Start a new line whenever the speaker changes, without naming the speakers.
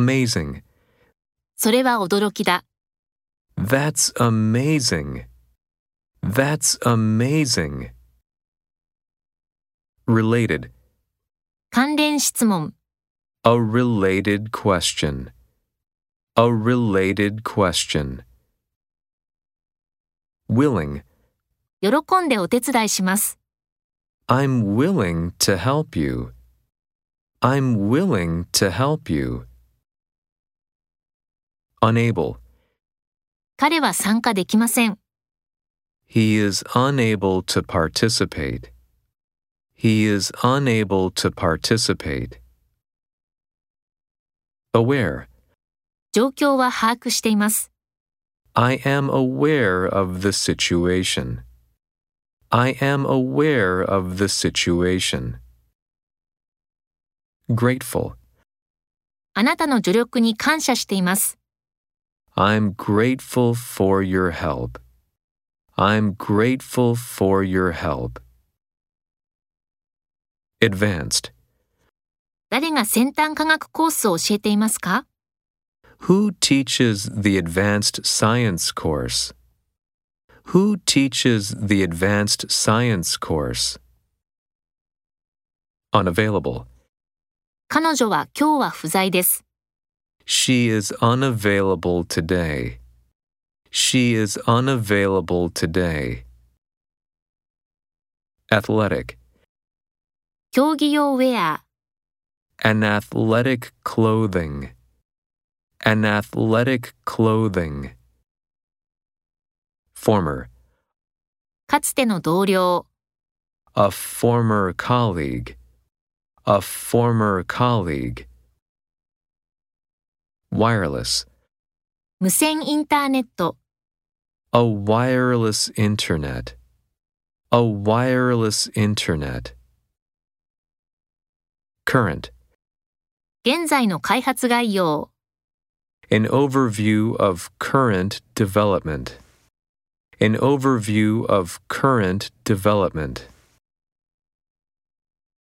Amazing.
それは驚きだ。
That's amazing. That's amazing. Related.
関連質問。
A related question. A related question. Willing.
喜んでお手伝いします。
I'm willing to help you. I'm willing to help you. Unable.
彼は参加できません。
He is unable to participate. He is unable to participate. Aware.
状況は把握しています。
I am aware of the situation. I am aware of the situation. Grateful.
あなたの助力に感謝しています。
I'm grateful for your help. I'm grateful for your help. Advanced.
誰が先端科学コースを教えていますか
Who teaches the advanced science course? Who teaches the advanced science course? Unavailable.
彼女は今日は不在です。
She is unavailable today. She is unavailable today. Athletic.
競技用ウェア、
An athletic clothing. An athletic clothing. Former.
かつての同僚、
A former colleague. A former colleague. Wireless.
無線インターネット、
A wireless internet. A wireless internet. Current.
現在の開発概要、
An overview of current development. An overview of current development.